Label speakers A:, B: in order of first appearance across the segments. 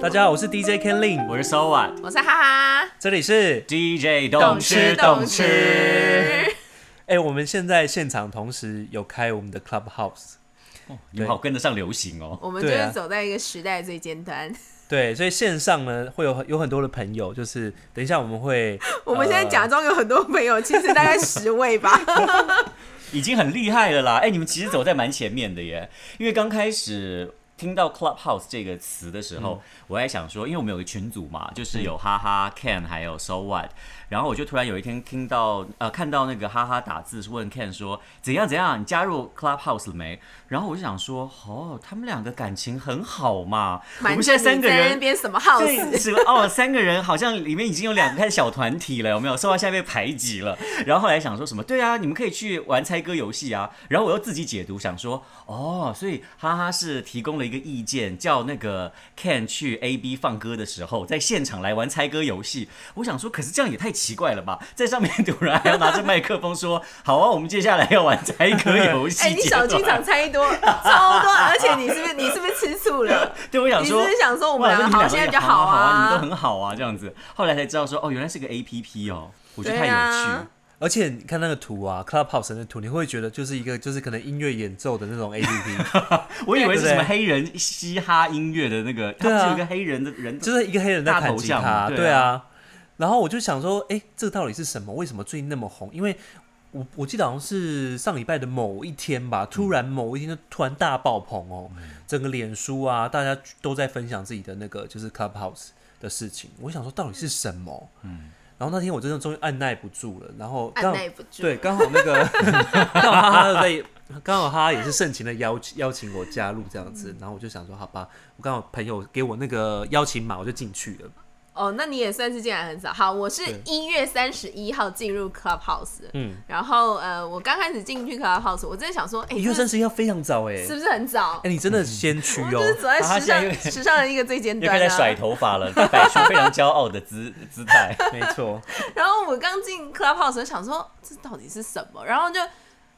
A: 大家好，我是 DJ Ken Lin，
B: 我是 So What
C: 我是哈哈，
A: 这里是
B: DJ 懂吃啊懂吃，。
A: 哎、我们现在现场同时有开我们的 Clubhouse，
B: 你们好跟得上流行哦。
C: 我们就
A: 对啊
C: 是走在一个时代最尖端。
A: 对，所以线上呢会有有很多的朋友，就是等一下我们 会，呃
C: 我们现在假装有很多朋
B: 呃
C: 友，其实大概十 位吧。
B: 已经很厉害了啦！哎、你们其实走在蛮前面的耶，因为刚开始。听到 clubhouse 这个词的时候，我还想说，因为我们有个群组嘛，就是有哈哈 Ken 还有 So What，然后我就突然有一天听到呃看到那个哈哈打字问 Ken 说怎样怎样，你加入 clubhouse 了没？然后我就想说，哦，他们两个感情很好嘛，我
C: 瞒
B: 们现在
C: 着
B: 三个
C: 你在
B: 人
C: 那边什么 house？
B: 对，是哦，三个人好像里面已经有两个开始小团体了，有没有？受到现在被排挤了， 然后后来想说什么？对啊，你们可以去玩猜歌游戏啊。然后我又自己解读，想说哦，所以哈哈是提供了一个意见，叫那个 Ken 去 A B 放歌的时候，在现场来玩猜歌游戏。我想说，可是这样也太奇怪了吧？在上面突然还要拿着麦克风说， 好啊，我们接下来要玩猜歌游戏。
C: 哎、你小
B: 结
C: 剧
B: 果
C: 场猜多超多，而且你是不是你是不是吃醋了？
B: 对，我想
C: 你是
B: 说，
C: 不是想说我们
B: 哇
C: 两个
B: 你
C: 好
B: 们
C: 现在比
B: 也
C: 较好
B: 好啊，你们
C: 啊
B: 都很好啊，这样子。后来才知道说，哦，原来是个 A P P 哦，我觉得太
C: 对
B: 有
C: 啊
B: 趣。
A: 而且你看那个图啊，Clubhouse 的图，你会觉得就是一个就是可能音乐演奏的那种 APP，
B: 我以为是什
A: 对不
B: 么
A: 对
B: 黑人嘻哈音乐的那个，它
A: 对
B: 不
A: 啊
B: 是有一个黑人的人，
C: 啊
A: 就是一个黑人在弹吉
B: 大头像嘛
A: 他，
B: 对啊
A: 对啊。然后我就想说，哎、这个到底是什么？为什么最近那么红？因为我我记得好像是上礼拜的某一天吧，突然某一天就突然大爆棚哦，整个脸书啊，大家都在分享自己的那个就是 Clubhouse 的事情。我想说到底是什么？嗯，然后那天我真的终于按耐不住了，然后
C: 按
A: 刚
C: 耐不住。
A: 对，刚好那个 刚好哈哈在，刚好哈哈也是盛情的邀请邀请我加入这样子，然后我就想说好吧，我刚好朋友给我那个邀请码，我就进去了。
C: 哦，那你也算是进来很早。好，我是
A: 对
C: 一月三十一号进入 Clubhouse，的
A: 嗯，
C: 然后呃，我刚开始进去 Clubhouse，我真的想说，哎、
A: 一月
C: 这
A: 三十一号非常早哎、
C: 是不是很早？
A: 哎、你真的先驱
C: 我
A: 哦、
C: 就是走在
B: 啊现
C: 时
B: 在
C: 尚、
B: 又
C: 时尚的一个最尖
B: 又
C: 端、啊。
B: 开始甩头发了， 摆出非常骄傲的姿姿 态。
A: 没 错，
C: 然后我刚进 Clubhouse 的时候想说这到底是什么，然后就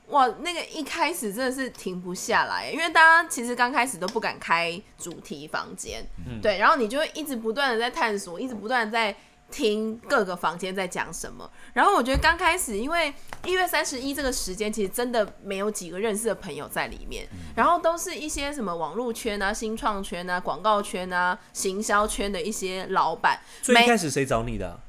C: 哇，那个一开始真的是停不下来，因为大家其实刚开始都不敢开主题房间，对，然后你就会一直不断的在探索，一直不断的在。听各个房间在讲什么，然后我觉得刚开始，因为一月三十一这个时间，其实真的没有几个认识的朋友在里面，然后都是一些什么网络圈啊、新创圈啊、广告圈啊、行销圈的一些老板，
A: 所以一
C: 每
A: 开始谁找你的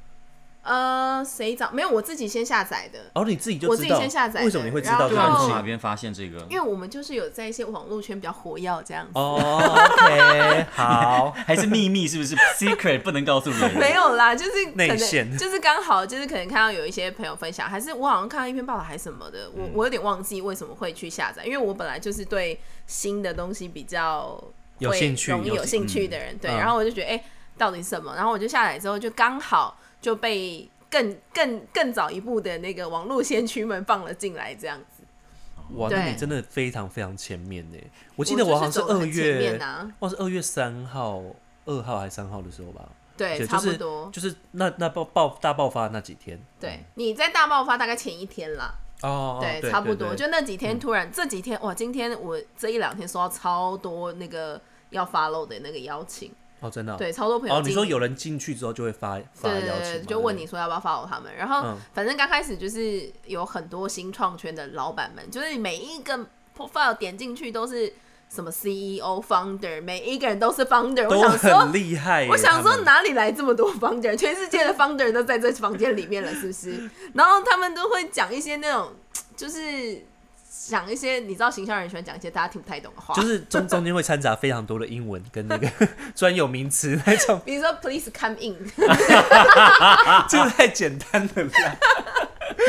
A: 啊、
C: 呃，谁找？没有，我自己先下载的，
A: 然后哦你自己就知道，
C: 我自己先下载的
A: 为什么你会知道这个
B: 对
C: 然
B: 啊，
C: 后
B: 你
A: 东
B: 从
A: 西
B: 哪？边发现这个？
C: 因为我们就是有在一些网络圈比较活跃这样子。
A: 哦，OK，好，
B: 还是秘密是不是 secret 不能告诉别
C: 没
B: 人？
C: 有啦，就是可
A: 内线
C: 能 就是刚好就是可能看到有一些朋友分享，还是我好像看到一篇报道还是什么的，
A: 嗯
C: 我我有点忘记为什么会去下载，因为我本来就是对新的东西比较
A: 有
C: 会
A: 兴趣
C: 容易
A: 有
C: 有兴趣的人，对，
A: 嗯
C: 然后我就觉得哎、到底什么？然后我就下载之后就刚好就被更更更早一步的那个网络先驱们放了进来，这样子。
A: 哇，那
C: 对
A: 你真的非常非常前面呢。我
C: 我
A: 记得
C: 就
A: 好像是
C: 走得
A: 二
C: 很前
A: 月
C: 面，啊，
A: 我是二月三号、二号还是三号的时候吧，
C: 对，
A: 对
C: 差
A: 就
C: 不
A: 是
C: 多。
A: 就是那那爆爆大爆发那几天，
C: 对，你在大爆发大概前一天啦，
A: 哦，
C: 对，差不多，就那几天突然、这几天哇，今天我
A: 嗯
C: 这一两天收到超多那个要 follow 的那个邀请，
A: 哦，真的哦，
C: 对，超多朋友
A: 哦，
C: 进、
A: 你说有人进去之后就会发发
C: 对对
A: 邀
C: 对
A: 请
C: 对，
A: 吗，
C: 就问你
A: 对
C: 说要不要 follow 他们，然后、
A: 嗯
C: 反正刚开始就是有很多新创圈的老板们，就是每一个 profile 点进去都是什么 CEO、founder，每一个人都是 founder，
A: 不对都
C: 我想说
A: 很。厉害耶，
C: 我想
A: 他
C: 说
A: 们
C: 哪里来这么多 founder？全世界的 founder 都在这房间里面了，是不 是？然后他们都会讲一些那种，就是讲一些你知道，形象人喜欢讲一些大家听不太懂的话，
A: 就是中中间会掺杂非常多的英文跟那个 专有名词那种，
C: 比如说 please come in，
A: 这个太简单了啦。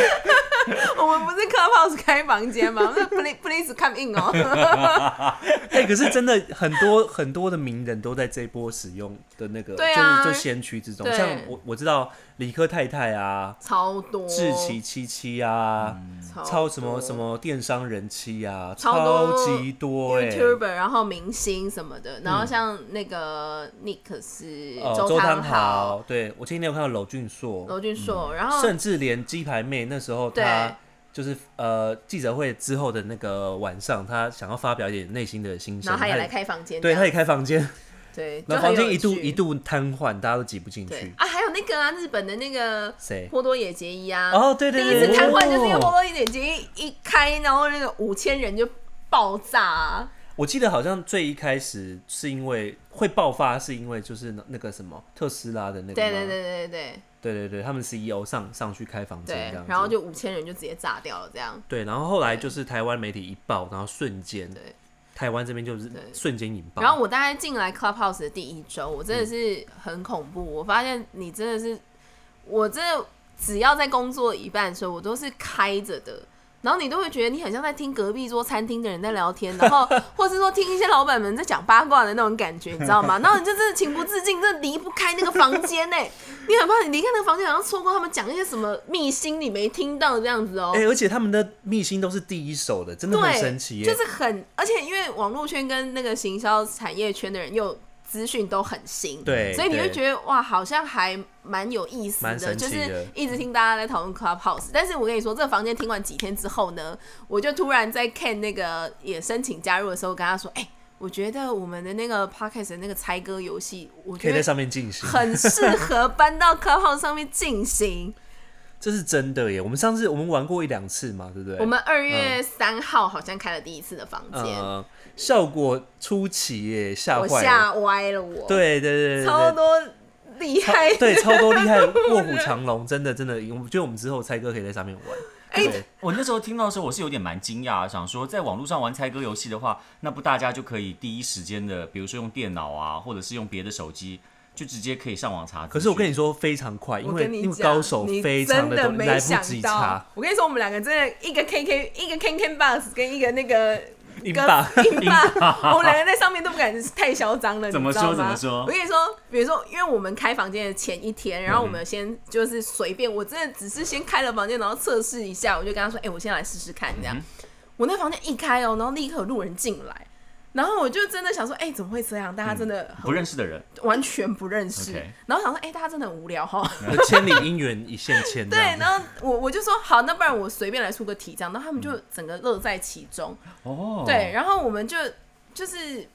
C: 我们不是 clubhouse 开房间 吗？那 please please come in 哦，
A: 哎，可是真的很多很多的名人都在这一波使用的那个，
C: 对
A: 就
C: 啊
A: 是就先驱之中，
C: 对
A: 像我我知道理科太太啊，
C: 超多，
A: 志奇七七啊，超
C: 超
A: 什么什
C: 哦多
A: 么电商人气啊，
C: 超多
A: 级多哎、
C: YouTuber，然后明星什么的，然后像那个 Nick 是
A: 呃
C: 嗯哦周
A: 汤
C: 汤
A: 豪
C: 豪、，嗯
A: 对我前几天有看到娄俊硕，
C: 娄俊硕，然后
A: 甚至连鸡排妹那时候
C: 对
A: 她就是呃记者会之后的那个晚上，她想要发表一点内心的心声，
C: 然后他也
A: 她
C: 来开房间这
A: 对，
C: 样，
A: 她也开房间，
C: 对，就
A: 那
C: 很
A: 房
C: 有
A: 间一度
C: 趣
A: 一度瘫痪，大家都挤不进
C: 对
A: 去。
C: 啊，还有那个啊，日本的那个
A: 谁
C: 波多野结衣啊，
A: 哦，对对
C: 第
A: 对
C: 一次
A: 对，
C: 瘫
A: 对哦
C: 痪就是因为波多野结衣一开，然后那个五千人就爆炸、啊，
A: 我记得好像最一开始是因为会爆发，是因为就是那那个什么特斯拉的那个吗，
C: 对对对对对
A: 对对对他们 CEO 上上去开房间
C: 对
A: 这样，子，
C: 然后就五千人就直接炸掉了，这样
A: 对，然后后来就是台湾媒体一爆，然后瞬间
C: 对。
A: 台湾这边就是
C: 对
A: 瞬间引爆，
C: 然后我大概进来 Clubhouse 的第一周，我真的是很恐怖。我发现你真的是，我真的只要在工作一半的时候，我都是开着的。然后你都会觉得你很像在听隔壁桌餐厅的人在聊天，然后或是说听一些老板们在讲八卦的那种感觉，你知道吗？然后你就真的情不自禁，真的离不开那个房间呢、你很怕你离开那个房间，好像错过他们讲一些什么秘辛你没听到这样子哦、
A: 哎、而且他们的秘辛都是第一手的，真的很
C: 对，
A: 神奇耶。
C: 就是很，而且因为网络圈跟那个行销产业圈的人又资讯都很新，
A: 对
C: 所以你会
A: 对
C: 觉得哇，好像还蛮有意思
A: 蛮
C: 的，
A: 神
C: 就
A: 奇的
C: 是一直听大家在讨论 Clubhouse。但是我跟你说，这个房间听完几天之后呢，我就突然在看那个也申请加入的时候，跟他说，哎、我觉得我们的那个 podcast 的那个猜歌游戏，我
A: 可以
C: 觉
A: 在
C: 得
A: 上面进行，
C: 很适合搬到 Clubhouse 上面进行。
A: 这是真的耶。我们上次我们玩过一两次嘛，对不 对？
C: 我们二月三号好像开了第一次的房间，
A: 呃，效果出奇耶，吓
C: 我
A: 坏
C: 吓
A: 了。
C: 歪了我，
A: 对对对对对，
C: 超多厉害。
A: 对，超多厉害，卧虎藏龙，真的真的，我觉得我们之后猜歌可以在上面玩。
C: 哎
A: 对
B: 我那时候听到的时候，我是有点蛮惊讶，想说在网络上玩猜歌游戏的话，那不大家就可以第一时间的，比如说用电脑啊，或者是用别的手机，就直接可以上网查。
A: 可是我跟你，说非常快，因
C: 我
A: 为
C: 跟你
A: 因为
C: 讲
A: 高手
C: 你
A: 非常
C: 真
A: 的
C: 的
A: 多，来
C: 没
A: 不
C: 想
A: 及
C: 到
A: 查。。
C: 我跟你说，我们两个真的一个 KK，一个 KK box 跟一个那个。
A: 英
C: 跟
A: 镑
B: 英
C: 英镑，我们两个在上面都不敢太嚣张 了，
B: 怎么
C: 你知道
B: 说怎么
C: 吗
B: 说
C: 我跟你说，比如说，因为我们开房间的前一天，然后我们先就是随便，我真的只是先开了房间，然后测试一下，我就跟他说，哎、我先来试试看，这
A: 嗯
C: 样。我那房间一开哦、然后立刻有路人进来，然后我就真的想说，哎、怎么会这样？大家真
A: 嗯
C: 的
B: 不认识的人，
C: 完全不认识
B: OK 嗯
C: 然后想说，哎、大家真的很无聊哈。
A: 千里姻缘一线牵，
C: 对，然后我我就说好，那不然我随便来出个题这样，然后他们就整个乐在其中。
B: 嗯哦，
C: 对，，然后我们就就是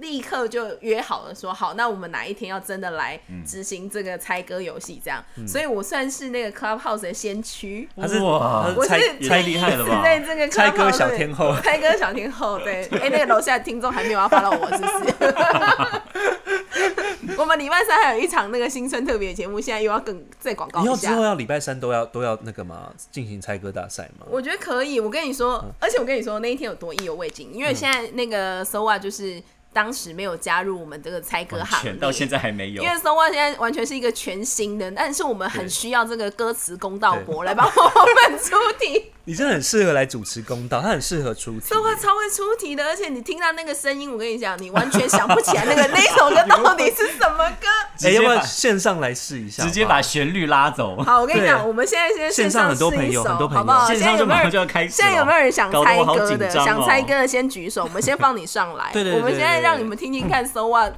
C: 立刻就约好了说好，那我们哪一天要真的来
B: 嗯
C: 执行这个猜歌游戏这样。所以我算是那个 Clubhouse 的先驱。
A: 他是
B: 哇
A: 他
C: 我
A: 是
C: 是
A: 猜
C: 第一
B: 猜厉害了
C: 次
B: 吧
C: 在这个
A: 猜歌
C: Clubhouse
A: 小天后
C: 猜歌小天 后，对，哎、那个楼下的听众还没有要发到我，是不是？我们礼拜三还有一场那个新春特别节目，现在又要更再广告
A: 以后
C: 一
A: 之
C: 下
A: 后。要礼拜三都要都要那个嘛，进行猜歌大赛嘛。
C: 我觉得可以，我跟你
B: 嗯
C: 说，而且我跟你说那一天有多意犹未尽，因为现在那个 SOA 就是当时没有加入我们这个猜歌
B: 完
C: 行
B: 全
C: 列，
B: 哦到现在还没有
C: 因为。SOA 现在完全是一个全新的，但是我们很需要这个歌词公道博来帮我们出题。
A: 你真的很适合来主持公道，他很适合出题。
C: SOA 超会出题的，而且你听到那个声音，我跟你讲，你完全想不起来那个那首歌到底是什么 歌。
A: 哎，要不
B: 直接
A: 要
B: 把
A: 线上来试一下？
B: 直接
A: 好不好
B: 把旋律拉走，
C: 好，我跟你讲，
A: 对
C: 我们现在先
A: 线上很多
C: 试一
A: 朋友
C: 首
A: 很多朋友
C: 好不好？
B: 线
C: 现在
B: 上就
C: 有没
B: 马上
C: 有人
B: 就要开始了。
C: 现在有没有人想
B: 搞得
C: 猜
B: 我好
C: 歌
B: 紧
C: 的？
B: 张哦
C: 想猜歌的先举手，我们先放你上 来。
A: 对对对
C: 我们现在让
A: 对对对
C: 你们听听看 So What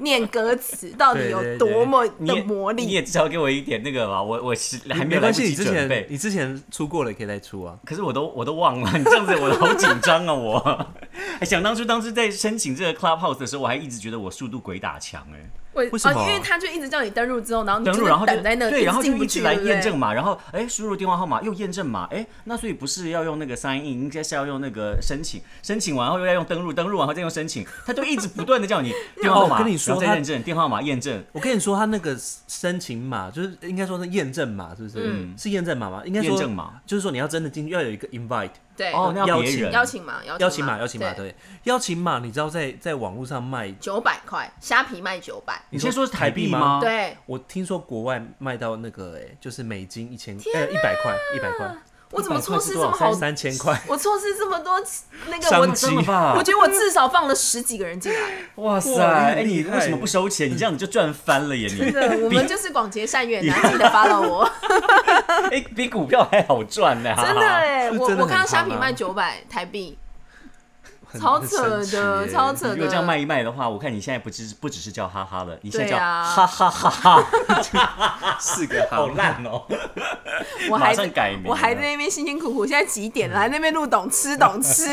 C: 念歌词到底有多么
B: 你
C: 的
B: 也
C: 魔
B: 你
C: 力。
B: 也至少给我一点那个吧，我我是还没
A: 没
B: 有来
A: 关
B: 不
A: 系，你
B: 及
A: 之
B: 准
A: 前
B: 备，
A: 你之前出过了，也可以再出啊。
B: 可是我都我都忘了，你 这样子我好紧张啊！我 哎想当初当初在申请这个 Clubhouse 的时候，我还一直觉得我速度鬼打墙哎、
C: 为
A: 为什么
C: 哦，因为他就一直叫你登录之后，然后你
B: 登
C: 就
B: 录然后就
C: 等在那，
B: 对，然后就
C: 进不
B: 一直
C: 去
B: 来
C: 对不对
B: 验证码，然后哎输入电话号码又验证码，哎那所以不是要用那个 sign in，应该是要用那个申请，申请完后又要用登录，登录完后再用申请，他就一直不断的 叫你电话号码，
A: 哦我跟你说
B: 然后再
A: 他
B: 验证电话号码验证，
A: 我跟你说，他那个申请码就是应该说是验证码，是不是？
C: 嗯
A: 是验证码吗？应该说
B: 验证码，
A: 就是说你要真的进去，要有一个 invite
C: 对
B: 哦那要
A: 邀
B: 别
A: 请
B: 人
C: 邀请码，
A: 邀请码，邀请码，
C: 对，
A: 对，邀请码，你知道在在网络上卖，
C: 九百块，虾皮卖九百，
B: 你先说是
A: 台
B: 台
A: 币
B: 币
A: 吗
B: 吗？
C: 对。
A: 我听说国外卖到那个哎、就是美金一千呃一百块，一百块，
C: 我怎么错失
B: 100
C: 这么
B: 块是多
C: 好
B: 少？
A: 三千块，
C: 我错失这么多那个
A: 商
C: 我
A: 机。
B: 真的吧？
C: 我觉得我至少放了十几个人进 来，
B: 哇塞！
A: 哇
B: 哎，
A: 你
B: 你
A: 很厉害
B: 为什么不收钱？你这样你就赚翻了耶！你
C: 真的，我们就是广结善缘啊，记得发了我。
B: 哎，比股票还 好赚呢！
C: 真的哎，
A: 是
C: 我
A: 真的
C: 我
A: 很
C: 看到虾皮
A: 夯啊
C: 卖九百台币，
A: 很
C: 超扯
A: 很神奇
C: 的
A: 耶
C: 超扯
B: 如果这样卖一卖的话，我看你现在不只不只是叫哈哈了，你现在叫
C: 对啊
B: 哈哈哈哈，
A: 四个
B: 好
A: 好，
B: 烂哦！
C: 我还
B: 马上改名嗯
C: 我还在那边辛辛苦苦，现在几点了？还在那边录懂吃 懂吃，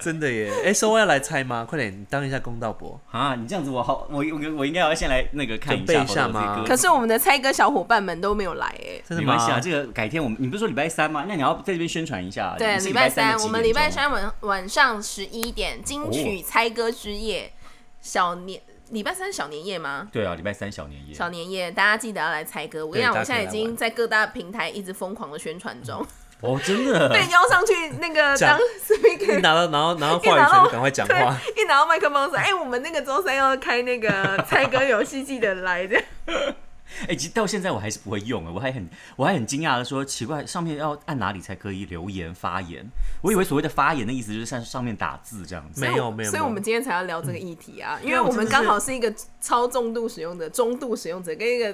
A: 真的耶！哎、收要来猜吗？快点，你当一下公道 伯。
B: 啊！你这样子，我好，我我我应该要先来那个看一
A: 准备
B: 下
A: 一下吗
B: 我的这个
C: 可是我们的猜歌小伙伴们都没有来哎、
A: 真的
B: 没
A: 吗？
B: 关系啊，这个改天我们，你不是说礼拜三吗？那你要在这边宣传一下。
C: 对，
B: 啊你是
C: 礼
B: 礼
C: 拜
B: 三
C: 三
B: 的，几
C: 我们
B: 点
C: 礼拜
B: 钟啊哦
C: 三晚晚上十一点金曲猜歌之夜，小年礼拜三是小年夜吗？
B: 对啊，礼拜三小年夜。
C: 小年夜，大家记得要来猜歌。我跟你
A: 对
C: 讲，
A: 大家
C: 我现
A: 可以
C: 在已
A: 来
C: 经
A: 玩
C: 在各大平台一直疯狂的宣传中，
B: 哦，真 的
C: 被邀上去那个
A: 讲
C: 当 speaker
A: 嗯一拿到拿到拿到
C: 一
A: 话
C: 拿
A: 语权
C: 到
A: 就赶快讲话。
C: 对，一拿到麦克风说：“哎、我们那个周三要开那个猜歌游戏，记得来。”这样，
B: 哎、其实到现在我还是不会用，我还很我还很惊讶的说，奇怪，上面要按哪里才可以留言发言？我以为所谓的发言的意思就是在上面打字这样子。
A: 没
C: 所以
A: 有
C: 我
A: 没有，
C: 所以
A: 没有嗯
C: 我们今天才要聊这个议题啊，因
B: 对
C: 为
B: 啊
C: 我
B: 我
C: 们
B: 真的
C: 刚
B: 是
C: 好是一个超重度使用者、中度使用者跟一个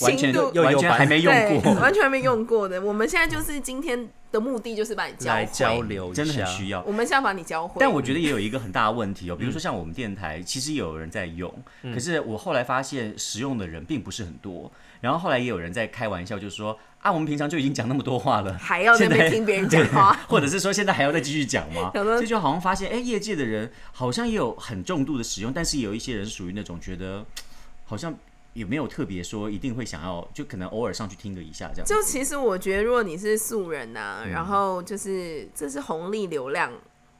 B: 完
C: 轻
B: 全
C: 度
A: 又
B: 完
A: 有
B: 全
A: 版
B: 还没用
C: 对
B: 过，
C: 完全没用过的。我们现在就是今天的目的就是把你教
A: 来
C: 会，
A: 交流一下，
B: 真的很需要。
C: 我们是要把你教会。
B: 但我觉得也有一个很大的问题哦，比如说像我们电台，其实也有人在用，可是我后来发现使用的人并不是很多。然后后来也有人在开玩笑，就说啊，我们平常就已经讲那么多话了，
C: 还要在那边
B: 现在，
C: 听别人讲 话嗯
B: 或者是说现在还要再继续讲吗？
C: 想说
B: 这就好像发现，哎、业界的人好像也有很重度的使用，但是也有一些人属于那种觉得嘖好像也没有特别说一定会想要，就可能偶尔上去听个一下这样子。
C: 就其实我觉得，如果你是素人呐、然后就是这是红利流量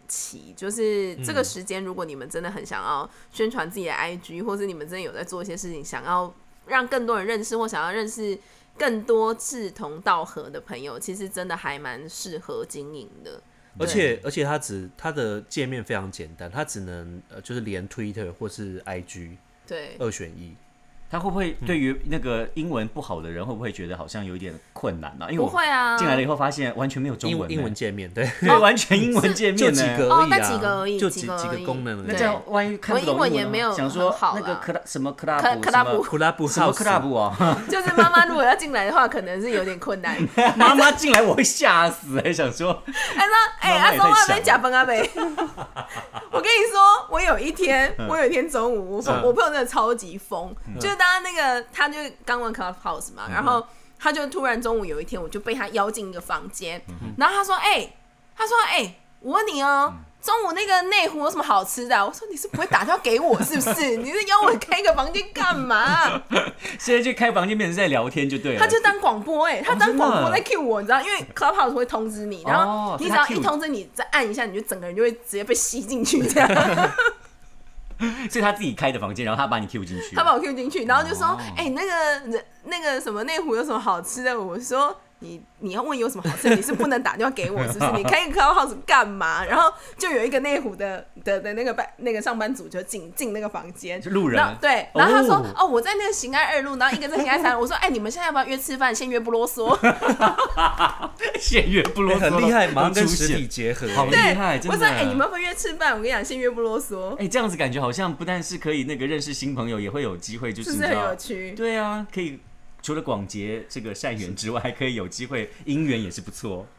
C: 期，就是这个时间，如果你们真的很想要宣传自己的 IG，或是你们真的有在做一些事情，想要让更多人认识，或想要认识更多志同道合的朋友，其实真的还蛮适合经营的。
A: 而且而且它只它的界面非常简单，它只能呃就是连 Twitter 或是 IG
C: 对，
A: 二选一。
B: 他会
A: 嗯
B: 不会对于那个英文不好的人，会不会觉得好像有一点困难呢、因为
C: 不
B: 我
C: 会啊，
B: 进来了以后发现完全没有中
A: 英
B: 文、
A: 文英文，界面对，
B: 对，完全英文界
A: 就
B: 面
A: 几
B: 呢、
A: 个
C: 哦
A: 而已
C: 那
A: 啊，
C: 几个而已
A: 就
C: 几
A: 几
C: 个而
A: 个
C: 已
A: 功能而
B: 那
A: 已。
B: 这样万一看不懂
C: 我英文也
B: 的话
C: 没有
B: 想说
C: 很好啦
B: 那个克拉什么克拉
C: 克
B: 布
C: 克拉布
A: 库拉布
B: 什么
A: house
B: 克拉布啊，
C: 就是妈妈如果要进来的话，可能是有点困难。
B: 妈妈进来我会吓死哎、想说
C: 哎那哎，阿
B: 妈妈也
C: 松
B: 在
C: 阿
B: 想
C: 没假崩阿没。 我跟你说，我有一天，
B: 嗯
C: 我有一天中午，我疯
A: 嗯
C: 我朋友真的超级疯，就是大家那个，他就刚玩 Clubhouse
B: 嗯
C: 嘛，然后他就突然中午有一天，我就被他邀进一个房间，
B: 嗯
C: 然后他说：“哎，他说哎，我问你哦。”
B: 嗯
C: 中午那个内湖有什么好吃的啊、我说你是不会打电话给我是不是？你是邀我开一个房间干嘛？
B: 现在就开房间变成在聊天就对了。
C: 他就当广播哎、他当广播
B: 哦真的
C: 在 cue 我，你知道，因为 Clubhouse 会通知你，然后
B: 哦
C: 你
B: 是
C: 只
B: 他
C: 要一
B: cue
C: 通知你，再按一下，你就整个人就会直接被吸进去这 样。
B: 所以他自己开的房间，然后他把你 Q 进去。
C: 他把我 cue 进去，然后就说
B: 哦：“
C: 哎、那个人那个什么内湖有什么好吃的？”我说：“你你要问有什么好吃的，你是不能打电话给我，是不是？你开一个 Clubhouse 干嘛？”然后就有一个内湖的的的那个班那个上班族就进进那个房间，
B: 就路人
C: 然后对，然后他说：“
B: 哦
C: 哦我在那个行爱二路，然后一个在行爱三路。”我说：“哎、你们现在要不要约吃饭？先约不啰嗦。”
B: 现约不啰
A: 哎
B: 嗦，
A: 很厉害，马上跟
B: 出
A: 实
B: 现
A: 体结合。
B: 好厉
C: 对，
B: 害，真
C: 我
B: 的。
C: 说，哎、你们要不要约吃饭？我跟你讲，先约不啰嗦，
B: 哎、这样子感觉好像不但是可以那个认识新朋友，也会有机会，就是是你
C: 不是
B: 知
C: 很
B: 道
C: 有，趣？
B: 对啊，可以除了广结这个善缘之外，还可以有机会姻缘也是不错。哦
A: 哎，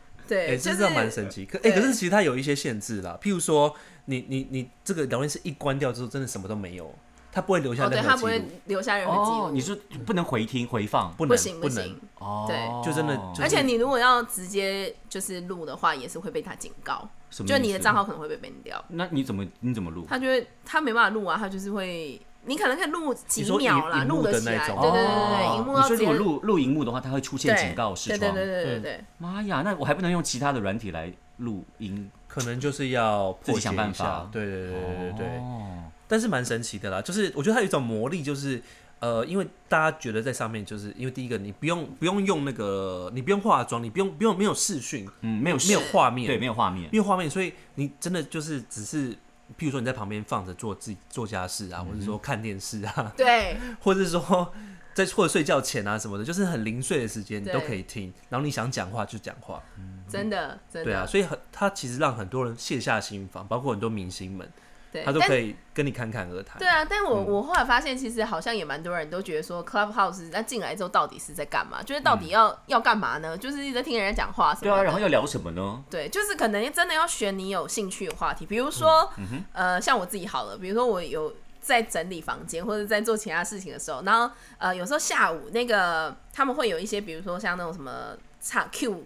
C: 对，就
A: 这
C: 是
A: 样蛮神奇。可哎，
C: 对
A: 可是其实它有一些限制啦，譬如说，你你你这个聊天室一关掉之后，真的什么都没有，它不会留下
C: 哦，对
A: 任
C: 他
A: 何
C: 不
A: 记
C: 会
A: 录，
C: 留下任何记录、
B: 哦，你说不能回听回放
A: 不
C: 不
A: 能
C: 行
A: 不能
C: 行。，
B: 哦，
C: 对
A: 就真的就是
C: 而且你如果要直接就是录的话，也是会被他警告，
B: 什么
C: 就
B: 意思
C: 你的账号可能会被 ban 掉。
B: 那你怎么你怎么录？
C: 他就会他没办法录啊，他就是会，你可能可以录几
A: 你说
C: 秒
A: 荧
C: 啦，
A: 荧
C: 录
A: 幕
C: 得
A: 的
C: 起
A: 那
C: 来。对
A: 种哦
C: 对对对，荧幕
B: 哦你说
C: 要直
B: 如
C: 接
B: 果录录荧幕的话，它会出现
C: 对
B: 警告视
C: 对
B: 窗。
C: 对对对对
A: 嗯
C: 对。
B: 妈呀，那我还不能用其他的软体来录音？
A: 可能就是要
B: 自
A: 破解
B: 己想
A: 一
B: 办
A: 下
B: 法。
A: 对对对对对对。
B: 哦
A: 但是蛮神奇的啦，就是我觉得它有一种魔力，就是呃，因为大家觉得在上面，就是因为第一个你不用不用用那个，你不用化妆，你不用不用没有视讯，
B: 嗯，没有
A: 没有画面，
B: 对，没有画面，
A: 没有画面，所以你真的就是只是。譬如说你在旁边放着做自己做家事啊，或者说看电视啊，
C: 对
A: 或者是说在或者睡觉前啊什么的，就是很零碎的时间你
C: 对
A: 都可以听，然后你想讲话就讲话，
C: 真的真的
A: 对啊，所以很他其实让很多人卸下心防，包括很多明星们，
C: 对
A: 他都
C: 但
A: 可以跟你侃侃而谈
C: 对。啊，但我、
B: 嗯
C: 我后来发现，其实好像也蛮多人都觉得说，Clubhouse 那进来之后到底是在干嘛？就是到底要、要干嘛呢？就是一直在听人家讲话什
B: 嗯对
C: 么的。
B: 啊，然后要聊什么呢？
C: 对，就是可能真的要选你有兴趣的话题，比如说，呃，像我自己好了，比如说我有在整理房间或者在做其他事情的时候，然后呃，有时候下午那个他们会有一些，比如说像那种什么唱 Q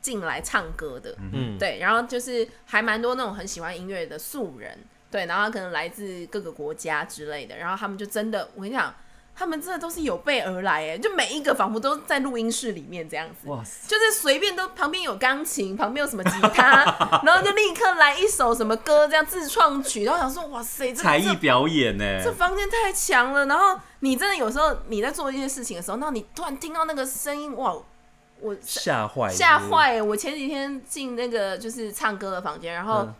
C: 进来唱歌的，
A: 嗯，
C: 对，然后就是还蛮多那种很喜欢音乐的素人，对，然后可能来自各个国家之类的，然后他们就真的，我跟你讲，他们真的都是有备而来，哎，就每一个仿佛都在录音室里面这样子，
B: 哇塞，
C: 就是随便都旁边有钢琴，旁边有什么吉 他，然后就立刻来一首什么歌，这样自创曲，然后想说，哇塞，这
B: 才
C: 这
B: 艺表演呢、
C: 这房间太强了。然后你真的有时候你在做一些事情的时候，那你突然听到那个声音，哇，我
A: 吓
B: 嗯
A: 坏
C: 吓，坏了！我前几天进那个就是唱歌的房间，然后
A: 嗯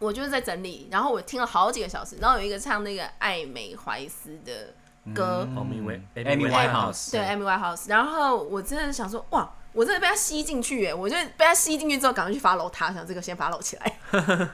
C: 我就是在整理，然后我听了好几个小时，然后有一个唱那个艾美怀斯的
B: 嗯
C: 歌，
A: 我们以为
B: Amy Winehouse
C: 对 Amy Winehouse，然后我真的想说，哇，我真的被他吸进去耶！我就被他吸进去之后，赶快去 follow 他，想这个先 follow 起来。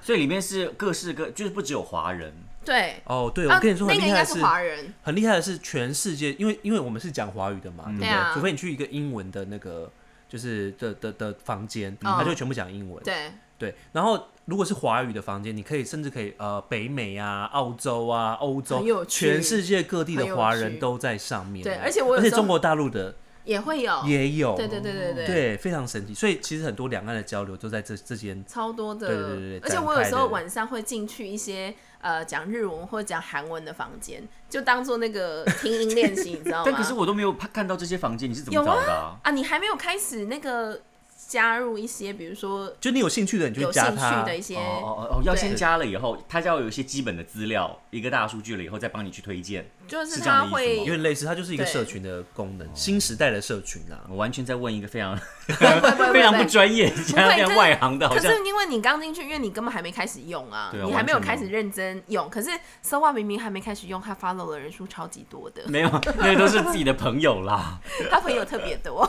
B: 所以里面是各式各，就是不只有华人，
C: 对，
A: 哦，对，
C: 啊
A: 我跟你说很
C: 那个
A: 厉
C: 应
A: 害的
C: 该
A: 是
C: 是，华人，
A: 很厉害的是全世界，因为因为我们是讲华语的嘛，对不
C: 对啊
A: 对？除非你去一个英文的那个就是的的的房间，
C: 嗯
A: 它就全部讲英文。
C: 对，
A: 对，然后如果是华语的房间，你可以甚至可以呃，北美啊、澳洲啊、欧洲
C: 很有，趣
A: 全世界各地
C: 很有
A: 的华
C: 趣
A: 人都在上面哦。
C: 对而且我有
A: 而且
C: 时候
A: 中国大陆的
C: 也会有，
A: 也有，
C: 对对对对对。
A: 对非常神奇。所以其实很多两岸的交流都在这这间，
C: 超多的，
A: 对对对对
C: 而且
A: 展
C: 我有
A: 开
C: 时候
A: 的
C: 晚上会进去一些呃讲日文或者讲韩文的房间，就当做那个听音练习，你知道吗？
B: 但可是我都没有看看到这些房间，你是怎么
C: 有啊
B: 找的、啊？
C: 啊，你还没有开始那个加入一些，比如说
A: 就你有兴趣的你就
C: 有
A: 会
C: 兴
A: 加
C: 趣
A: 他。
C: 的一些，
B: 哦哦哦哦，要
C: 对
B: 先加了以后，它要有一些基本的资料，一个大数据了以后，再帮你去推荐。
C: 就是
B: 是这样
C: 他
B: 的意思
C: 会
B: 吗
A: 有点类似，它就是一个
C: 对
A: 社群的功能，新时代的社群啊。
B: 我完全在问一个非 常
C: 不会不会
B: 非常不
C: 会。
B: 专业、像非
C: 可
B: 常
C: 是
B: 外行的，好
C: 可
B: 像
C: 是因为你刚进去，因为你根本还没开始用啊，
B: 对啊
C: 你还没有
B: 完全没
C: 开
B: 有
C: 始认真用。可是 s o a 明明还没开始用，他 follow 的人数超级多 的，
B: 没有，那个都是自己的朋友啦。
C: 他朋友特别 多。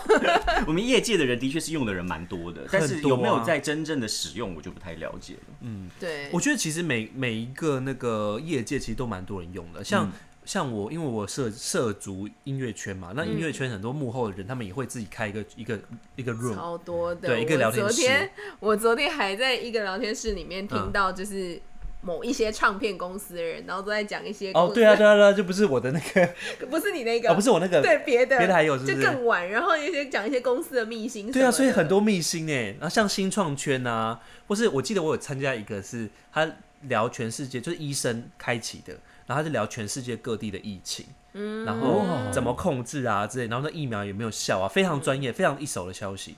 B: 我们业界的人的确是用的人蛮多的，但是
A: 很多
B: 有
A: 啊
B: 没有在真正的使用，我就不太了解了。
C: 对，
A: 我觉得其实每每一个那个业界其实都蛮多人用的，
C: 嗯
A: 像、像我，因为我涉涉足音乐圈嘛，那
C: 嗯
A: 音乐圈很多幕后的人，他们也会自己开一个一个一个 room，
C: 超多的。
A: 对一个聊天室嗯
C: 我昨天我昨天还在一个聊天室里面听到，就是某一些唱片公司的人，然后都在讲一些
A: 哦，对 啊，，对啊，对啊，就不是我的那个，
C: 不是你那个，
A: 哦，不是我那个，
C: 啊对别的，
A: 别的还有是不是
C: 就更晚，然后有些讲一些公司的秘辛什么的。
A: 对啊，所以很多秘辛哎，然后像新创圈啊，或是我记得我有参加一个是他聊全世界，就是医生开启的，然后他就聊全世界各地的疫情，嗯，然后怎么控制啊之类，然后那疫苗有没有效啊，非常专业，非常一手的消息，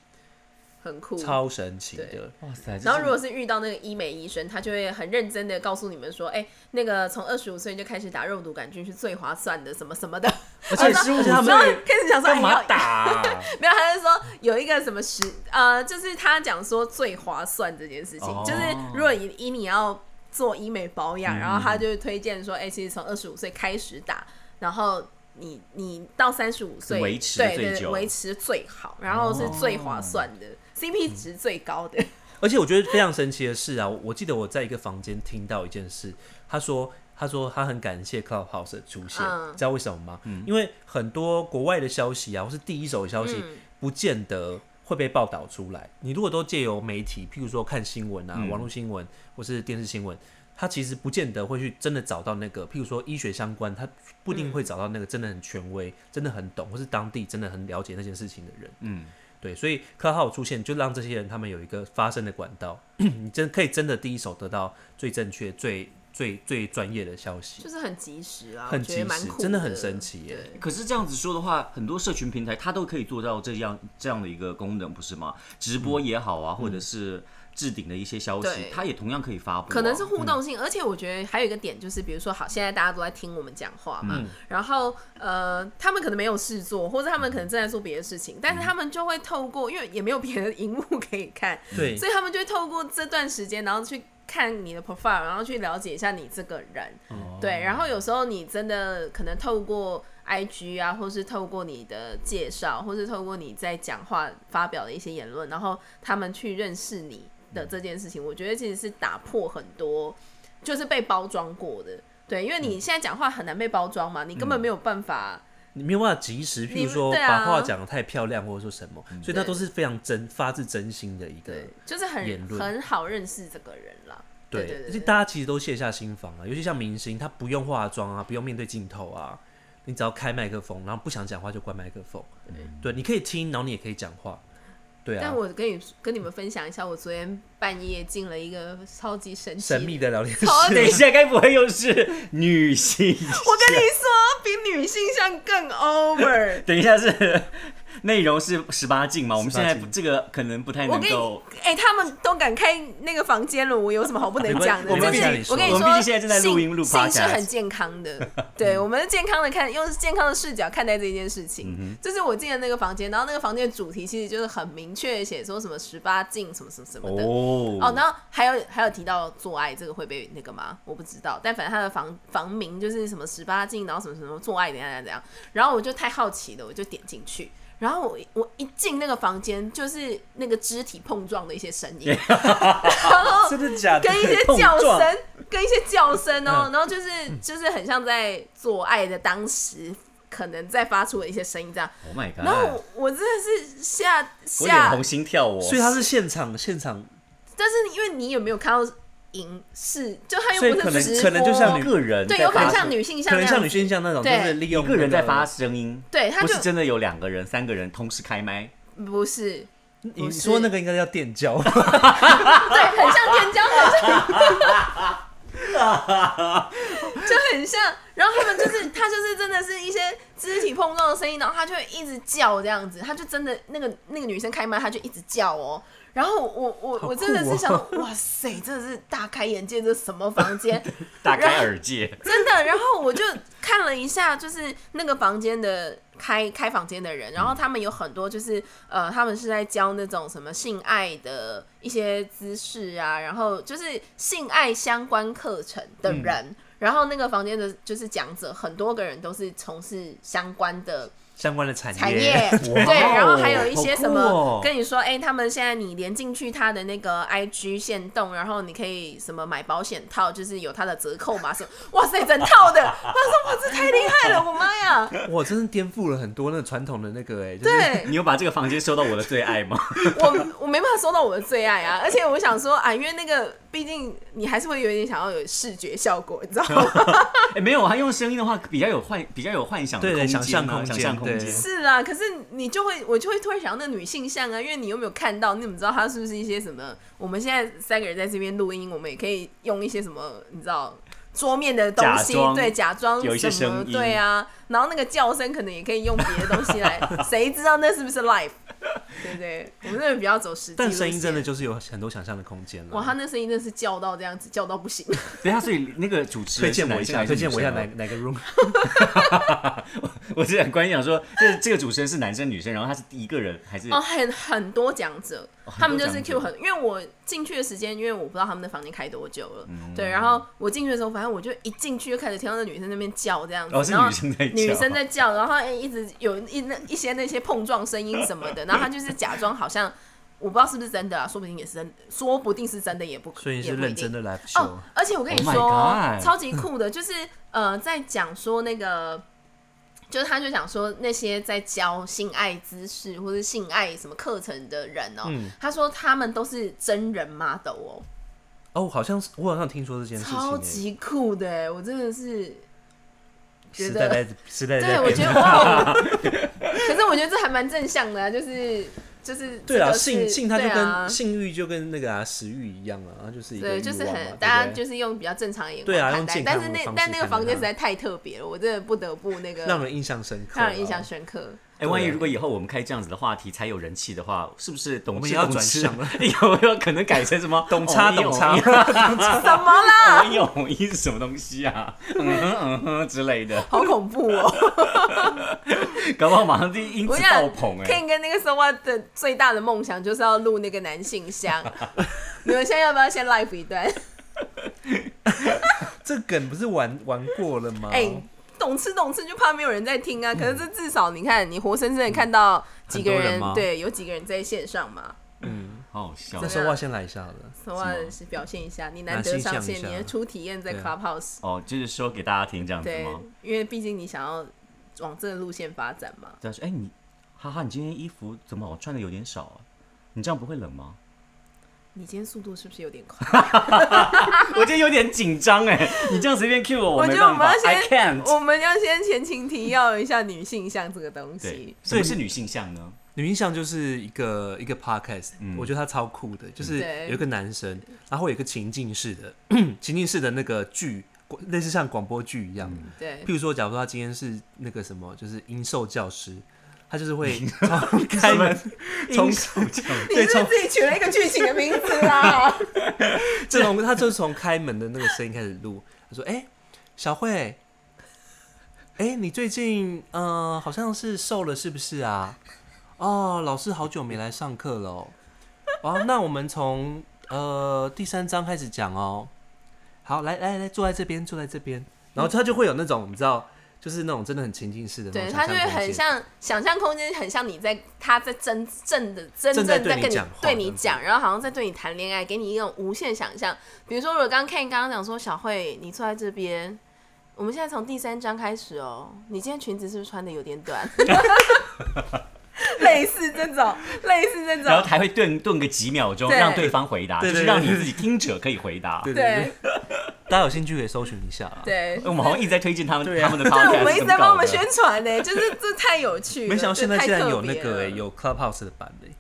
C: 很酷。
A: 超神奇
C: 嗯对
A: 的。
B: 哇塞！
C: 然后如果是遇到那个医美医生，他就会很认真的告诉你们说，哎、那个从二十五岁就开始打肉毒杆菌是最划算的，什么什么的。
A: 而且
B: 啊
C: 然后
A: 是而且他们
C: 然后开始讲说，哎
B: 干嘛
C: 要
B: 打啊、
C: 没有，他就说有一个什么十呃，就是他讲说最划算这件事情，
B: 哦嗯
C: 就是如果以以你要做医美保养，然后他就推荐说，哎、其实从二十五岁开始打，然后你你到三十五岁
B: 维持
C: 对
B: 最
C: 对
B: 久哦
C: 维持最好，然后是最划算的、CP 值最高的。
A: 而且我觉得非常神奇的是啊，我我记得我在一个房间听到一件事，他说他说他很感谢 Clubhouse 的出现，
C: 嗯
A: 你知道为什么吗？因为很多国外的消息啊，或是第一手的消息，不见得会被报道出来。你如果都借由媒体，譬如说看新闻啊、网络新闻或是电视新闻。他其实不见得会去真的找到那个，譬如说医学相关，他不一定会找到那个真的很权威、真的很懂，或是当地真的很了解那件事情的人。
B: 嗯，
A: 对，所以科号出现，就让这些人他们有一个发声的管道， 你真可以真的第一手得到最正确、最最最专业的消息，
C: 就是很及时啊，
A: 很
C: 我觉得
A: 及
C: 蛮
A: 时
C: 酷，
A: 真的很神。奇耶！
B: 可是这样子说的话，很多社群平台它都可以做到这样这样的一个功能，不是吗？直播也好啊，或者是置顶的一些消息
C: 对，
B: 它也同样可以发布啊、
C: 可能是
A: 嗯
C: 互动性，而且我觉得还有一个点就是，比如说，好，现在大家都在听我们讲话
A: 嗯
C: 嘛，然后呃，他们可能没有事做，或者他们可能正在做别的事情，但
A: 嗯
C: 是他们就会透过，因为也没有别的荧幕可以看，
A: 对，
C: 所以他们就会透过这段时间，然后去看你的 profile，然后去了解一下你这个人，
A: 哦
C: 对，然后有时候你真的可能透过 IG 啊，或是透过你的介绍，或是透过你在讲话发表的一些言论，然后他们去认识你的这件事情，我觉得其实是打破很多就是被包装过的，对，因为
A: 嗯
C: 你现在讲话很难被包装嘛，你根本没有办法，
A: 你没有办法及时，譬
C: 你
A: 如说
C: 对啊
A: 把
C: 嗯
A: 话讲的太漂亮，或者说什么，所以它都是非常真、发自真心的一个
C: 对，就是很
A: 言论
C: 很好认识这个人啦。对对
A: 对
C: 对
A: 而
C: 对
A: 且大家其实都卸下心防了，啊尤其像明星，他不用化妆啊，不用面对镜头啊，你只要开麦克风，然后不想讲话就关麦克风，对，你可以听，然后你也可以讲话，对啊
C: 但。我跟你跟你们分享一下，我昨天半夜进了一个超级神奇
A: 神秘的聊天室，
C: 超 级
B: 等一下，该不会又是女性？
C: 我跟你说，比女性向更 over。
B: 等一下是内容是十八禁吗？我们现在
A: 18禁
B: 这个可能不太
C: 我
B: 能
C: 跟 你
B: 够。，
C: 哎、他们都敢开那个房间了，我有什么好不能讲的？
A: 没
C: 就
A: 关系没关
C: 是
A: 系
C: 我跟你
B: 我
C: 说，
B: 们毕竟现在正在录音
C: 性
B: 录
C: 性是
B: podcast
C: 很健康的，对， 我们健康的看，用健康的视角看待这件事情。就是我进了那个房间，然后那个房间的主题其实就是很明确地写说什么十八禁什么什么什么的。哦，然后还有还有提到做爱这个会被那个吗？我不知道，但反正他的房房名就是什么十八禁，然后什么什么做爱怎样怎样怎样。然后我就太好奇了，我就点进去。然后我我一进那个房间，就是那个肢体碰撞的一些声音，然后
A: 真的假的？
C: 跟一 些
A: 碰
C: 叫
A: 撞
C: 声，跟一些叫声哦，然后就是就是很像在做爱的当时可能在发出的一些声音这样。
B: ，Oh my
C: 然后
B: god！
C: 我我真的是吓
B: 我脸
C: 吓
B: 红心跳哦，
A: 所以他是现场现场，
C: 但是因为你有没有看到影视，就他又
A: 所以
C: 不
A: 可
C: 是
A: 能
C: 直播，
A: 可能就像女
B: 个人
C: 对，
B: 在
C: 有可能
B: 发
C: 像女性像
A: 可
C: 那
A: 能
C: 样，
A: 像女性像那种，就
C: 对
A: 是利
B: 一
A: 用
B: 个人在发
A: 那
B: 声音，
C: 对，他
B: 不
C: 就是
B: 真的有两个人、三个人同时开 麦，
C: 不是，
A: 个。你说那个应该叫电交，
C: 对，很像天骄，很像，就很像。然后他们就是他就是真的是一些肢体碰撞的声音，然后他就会一直叫这样子，他就真的那个那个女生开麦，他就一直叫哦。然后我我我真的
A: 好酷哦
C: 是想，哇塞，真的是大开眼界，这是什么房间？
B: 大开耳界。
C: 真的。然后我就看了一下，就是那个房间的开开房间的人，然后他们有很多就是呃，他们是在教那种什么性爱的一些姿势啊，然后就是性爱相关课程的人。然后那个房间的就是讲者，很多个人都是从事相关的
A: 相关的产
C: 产业，
B: 哦
C: 对，然后还有一些什
B: 好酷
C: 么
B: 哦
C: 跟你说，哎、他们现在你连进去他的那个 IG 限动，然后你可以什么买保险套，就是有他的折扣嘛，什么，哇塞，整套的，我说哇，这太厉害了，我妈呀，
A: 哇，真是颠覆了很多那个传统的那个哎、就是
C: 对
B: 你有把这个房间收到我的最爱 吗？
C: 我我没办法收到我的最爱啊，而且我想说啊，因为那个毕竟你还是会有一点想要有视觉效果，你知道吗？
B: 哎，没有啊，用声音的话比较有幻，比较有幻想的
A: 对
B: 空
A: 对
B: 间啊，
A: 想象空间
B: 想象空间
A: 对。
C: 是啦，可是你就会我就会突然想到那个女性像啊，因为你又没有看到，你怎么知道她是不是一些什么？我们现在三个人在这边录音，我们也可以用一些什么，你知道桌面的东
B: 假，
C: 西
B: 装
C: 对，假装
B: 有一些
C: 什么
B: 声音
C: 对啊，然后那个叫声可能也可以用别的东西 来，谁知道那是不是 live？对不对？我们这个比较走实际，
A: 但声音真的。就是有很多想象的空间了。
C: 哇，他那声音真的是叫到这样子，叫到不行。
B: 等一下，所以那个主持
A: 推
B: 人是
A: 荐我
B: 男
A: 一
B: 生
A: 下，
B: 还
A: 推
B: 是女
A: 荐
B: 生啊
A: 我一下哪哪个 room？
B: 我只很关心想说，这这个主持人是男生女生，然后他是一个人还是
C: 哦，很很多讲者，
B: 哦
C: 他们就是
B: 很多
C: Q
B: 讲者
C: 很，因为我进去的时间，因为我不知道他们的房间开多久了，
B: 嗯
C: 对，然后我进去的时候，反正我就一进去就开始听到那女生那边叫这样子，
B: 哦是
C: 然后
B: 女生在叫
C: 女生在叫，然后哎一直有一那一些那些碰撞声音什么的，然后他就是假装好像我不知道是不是真的啊，说不定也是真，说不定是真的也不，
A: 所以你
C: 也
A: 是
C: 不一
A: 认
C: 定
A: 真的 live show，、
C: 哦，而且我跟你
B: Oh my
C: 说，
B: God
C: 超级 酷的，就是呃，在讲说那个，就是他就讲说那些在教性爱姿势或是性爱什么课程的人哦、
A: 嗯
C: 他说他们都是真人 model 哦、
A: 哦，好像是我好像听说这件事情、欸
C: 超级酷的哎，我真的是。
A: 哎
C: 觉
A: 时
C: 得
A: 代在时代在
C: 对，
A: 变
C: 我觉得哇，哦可是我觉得这还蛮正向的、啊，就是就是
A: 对啊，
C: 这个是
A: 性性它就
C: 对
A: 跟、
C: 啊
A: 性欲就跟那个啊食欲一样啊，它就是一个
C: 对，
A: 欲
C: 就是
A: 望
C: 很
A: 嘛
C: 大家
A: 对不对
C: 就是用比较正常的眼光
A: 对啊
C: 看
A: 用
C: 待，
A: 健
C: 但
A: 康
C: 是
A: 的
C: 那
A: 方式
C: 但那个
A: 看
C: 房
A: 待
C: 间
A: 它
C: 实在太特别了，我真的不得不那个
A: 让人印象深刻、啊，
C: 让人印象深刻。哦
B: 哎、万一
A: 对啊
B: 如果以后我们开这样子的话题才有人气的话，是不是
A: 我
B: 懂
A: 们
B: 吃
A: 也要
B: 懂
A: 转
B: 吃
A: 向了
B: 有没有可能改成什么哦
A: 懂差懂差，
C: 什么啦？
B: 懂一懂一是什么东西啊？嗯哼嗯哼之类的，
C: 好恐怖哦！
B: 搞不好马上就因
C: 我
B: 此
C: 想
B: 爆棚哎、
C: Ken 跟那个 Sowa 的最大的梦想就是要录那个男性香。你们现在要不要先 live 一段？
A: 这梗不是玩玩过了吗？
C: 哎、懂吃懂吃就怕没有人在听啊。可是这至少你看，你活生生的看到几个
A: 很多
C: 人，
A: 人吗
C: 对，有几个人在线上嘛。
B: 好好笑
A: 那
C: 是
A: 说话先来一下好了。
C: Sowa 是表现一下，你难得上
A: 男性像
C: 线，
A: 一下
C: 你的初体验在
A: 对
C: Clubhouse，
B: 哦，就是说给大家听这样子
C: 对
B: 吗？，
C: 因为毕竟你想要往这个路线发展嘛。
B: 这样说，哎、你哈哈，你今天衣服怎么我穿的有点少啊？你这样不会冷吗？
C: 你今天速度是不是有点快？
B: 我今天有点紧张哎， 你这样随便 cue 我，
C: 我觉
B: 没
C: 得欸我
B: 办
C: 们
B: 法
C: 要
B: ，I
C: 先，
B: can't。
C: 我们要先前情提要一下女性向这个东
B: 对
C: 西。，
B: 什么是女性向呢？
A: 女印象就是一个一个 podcast，、我觉得他超酷的，就是
C: 对
A: 有一个男生，然后有一个情境式的 情境式的那个剧，类似像广播剧一样。
C: 对
A: 譬，如说，假如说他今天是那个什么，就是音授教师，他就是会从开门 从
C: 你是不是自己取了一个剧情的名字 啊啦。
A: 这种，他就是从开门的那个声音开始录。他说：“哎、小慧，哎、你最近呃好像是瘦了，是不是啊？哦，老师好久没来上课了哦。哦，那我们从呃第三章开始讲哦。好，来来来，坐在这边，坐在这边。然后他就会有那种你知道，就是那种真的很情境式的那
C: 对
A: 种
C: 他
A: 想象
C: 就
A: 空
C: 会
A: 间，
C: 很像想象空间，很像你在他在真正的真
A: 正
C: 正
A: 在
C: 在
A: 对你
C: 跟你
A: 讲话
C: 对你
A: 这样子
C: 讲，然后好像在对你谈恋爱，给你一种无限想象。比如说，我刚刚 Ken 刚刚讲说，小慧你坐在这边，我们现在从第三章开始哦。你今天裙子是不是穿的有 点短？ 类似这种，类似这
B: 然后
C: 种，
B: 还会顿顿个几秒钟，
C: 对
B: 让对方回答，
A: 对
B: 就
A: 对
B: 是
A: 对
B: 让你自己听者可以回答。
A: 对
C: 对
A: 对对，大家有兴趣可以搜寻一下啊啦。
C: 对
B: 哎。我们好像一直在推荐他们
A: 对啊
B: 他们的 podcast，
C: 对，我们一直在帮我们
B: 怎么搞的
C: 宣传呢、就是这太有趣了，
A: 没想到
C: 这
A: 现在
C: 太
A: 竟然
C: 特
A: 有
C: 别
A: 那个哎、
C: 了
A: 有 Clubhouse 的版的、哎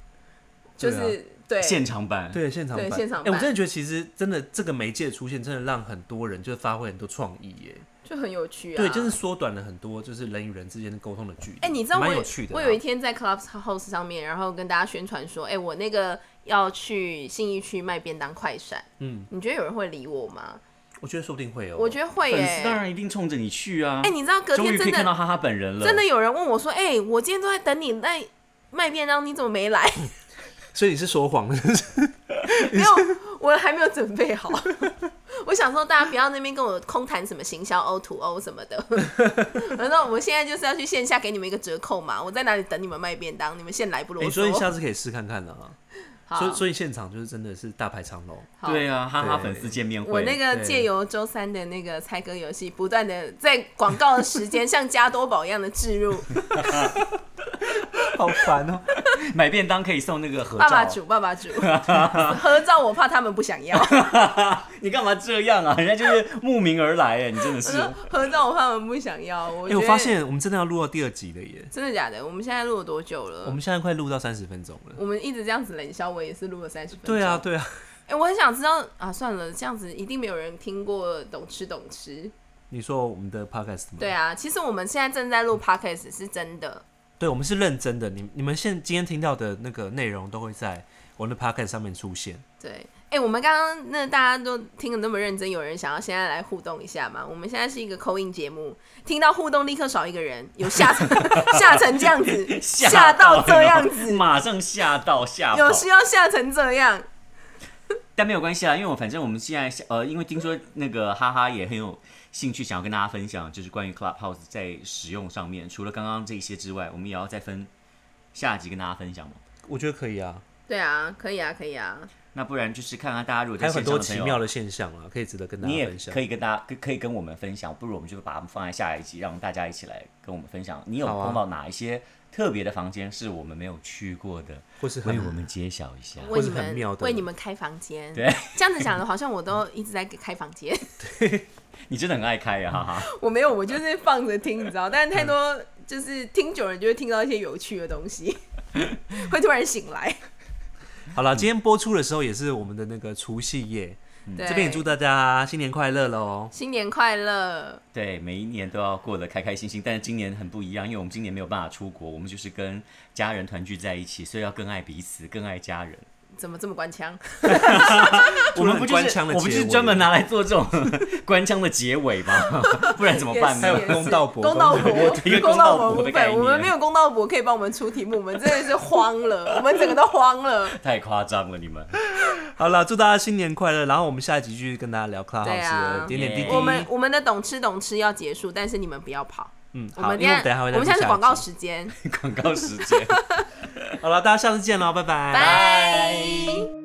C: 就
A: 对啊
C: 是对
B: 现场版。
A: 对现场
C: 对
A: 版，
C: 现场
A: 哎、我
C: 版
A: 真的觉得其实真的这个媒介出现，真的让很多人就是发挥很多创意耶。
C: 就很有趣啊，
A: 对，就是缩短了很多就是人与人之间的沟通的距离。
C: 哎、你知道我
A: 蛮
C: 有
A: 有趣的啊、
C: 我有一天在 Clubhouse 上面，然后跟大家宣传说，哎、我那个要去信义区卖便当快闪，
A: 嗯，
C: 你觉得有人会理我吗？
A: 我觉得说不定会哦、
C: 我觉得会耶、
B: 粉丝当然一定冲着你去啊！
C: 哎、你知道隔
B: 终
C: 天
B: 于可
C: 真
B: 以看到
C: 的
B: 哈哈本人了，
C: 真的有人问我说，哎、我今天都在等你那卖便当，你怎么没来？
A: 所以你是说谎的，
C: 没有，我还没有准备好。 我想说，大家不要那边跟我空谈什么行销 O to O 什么的。 反正我现在就是要去线下给你们一个折扣嘛，我在哪里等你们卖便当，你们先来不啰
A: 哎、
C: 嗦。
A: 所以下次可以试看看啊。
C: 好
A: 所以所以现场就是真的是大排长龙，
C: 好
B: 对啊，哈哈
A: 对
B: 粉丝见面会，
C: 我那个
A: 对
C: 借由周三的那个猜歌游戏，不断的在广告的时间像加多宝一样的 置入
A: 好烦哦、
B: 买便当可以送那个合照。
C: 爸爸煮爸爸 煮合照，我怕他们不想要。
B: 你干嘛这样啊？人 家就是慕名而来哎，你真的
C: 我
B: 是。
C: 说合照，我怕他们不想要。我
A: 哎、
C: 觉得
A: 我发现我们真的要录到第二集了耶！
C: 真的假的？我们现在录了多久
A: 我
C: 了？
A: 们现在快录到三十分钟了。
C: 我们一直这样子冷笑，我也是录了三十嗯分钟。
A: 对啊，，对啊，
C: 哎，我很想知道啊，算了，这样子一定没有人听过懂吃懂吃。
A: 你说我们的 podcast 吗？
C: 对啊，其实我们现在正在
A: 嗯
C: 录 podcast 是真的，
A: 对，我们是认真的。你你们现今天听到的那个内容都会在我们的 podcast 上面出现。
C: 对，哎、我们刚刚那大家都听得那么认真，有人想要现在来互动一下吗？我们现在是一个扣印节目，听到互动立刻少一个人，有 吓成吓成这样子，吓到这样子，
B: 马上吓到吓跑
C: 有。需要吓成这样，
B: 但没有关系啊，因为我反正我们现在呃，因为听说那个哈哈也很有兴趣，想要跟大家分享，就是关于 Clubhouse 在使用上面，除了刚刚这些之外，我们也要再分下集跟大家分享嘛。
A: 我觉得可以啊，
C: 对啊，可以啊，可以啊，
B: 那不然就是看看大家如果
A: 还
B: 在
A: 有很
B: 线上
A: 多
B: 的朋
A: 奇
B: 友啊
A: 妙的现象啊，可以值得跟大
B: 你
A: 家
B: 也
A: 分享。
B: 可
A: 以，
B: 以跟大家可可以跟我们分享，不如我们就把它们放在下一集，让大家一起来跟我们分享。你有
A: 好啊
B: 碰到哪一些特别的房间是我们没有去过的？
A: 或是
B: 为
A: 很
B: 我们揭晓一下。
C: 为
A: 或
C: 你
A: 是很妙
C: 们
A: 的
C: 为你们开房 间，
B: 对，
C: 这样子讲的好像我都一直在给开房间，
B: 你真的很爱开啊呀、哈哈！
C: 我没有，我就是放着听，你知道，但是太多就是听久了就会听到一些有趣的东西，会突然醒来。
A: 好了。今天播出的时候也是我们的那个除夕夜，
C: 对
A: 这边也祝大家新年快乐喽！
C: 新年快乐。
B: 对，每一年都要过得开开心心，但是今年很不一样，因为我们今年没有办法出国，我们就是跟家人团聚在一起，所以要更爱彼此，更爱家人。
C: 怎么这么官腔？
B: 我们不就
A: 突然官
B: 是
A: 腔的
B: 我们就
A: 结
B: 是
A: 尾
B: 专门拿来做这种 官腔的结尾嘛， 不然怎么办呢
C: 也
A: 还有？
C: 是
A: 公道伯
C: 公道伯
B: 一个，
C: 公
B: 公
C: 道
B: 道
C: 伯
B: 伯
C: 部
B: 的概
C: 分，
B: 念
C: 我们没有公道伯可以帮我们出题目，我们真的是慌 了，我们整个都慌了。
B: 太夸张了，你们。
A: 好了，祝大家新年快乐。然后我们下一集继续跟大家聊 Clubhouse
C: 对啊
A: 的点点滴滴。
C: 我们我们的懂吃懂吃要结束，但是你们不要跑。
A: 嗯，
C: 我
A: 好，
C: 们
A: 因为我们等一下还会再
C: 我们
A: 录
C: 现在是
A: 下一
C: 广告
A: 集。
C: 时间，
B: 广告时间。
A: 好了，大家下次见喽，拜拜。
C: 拜。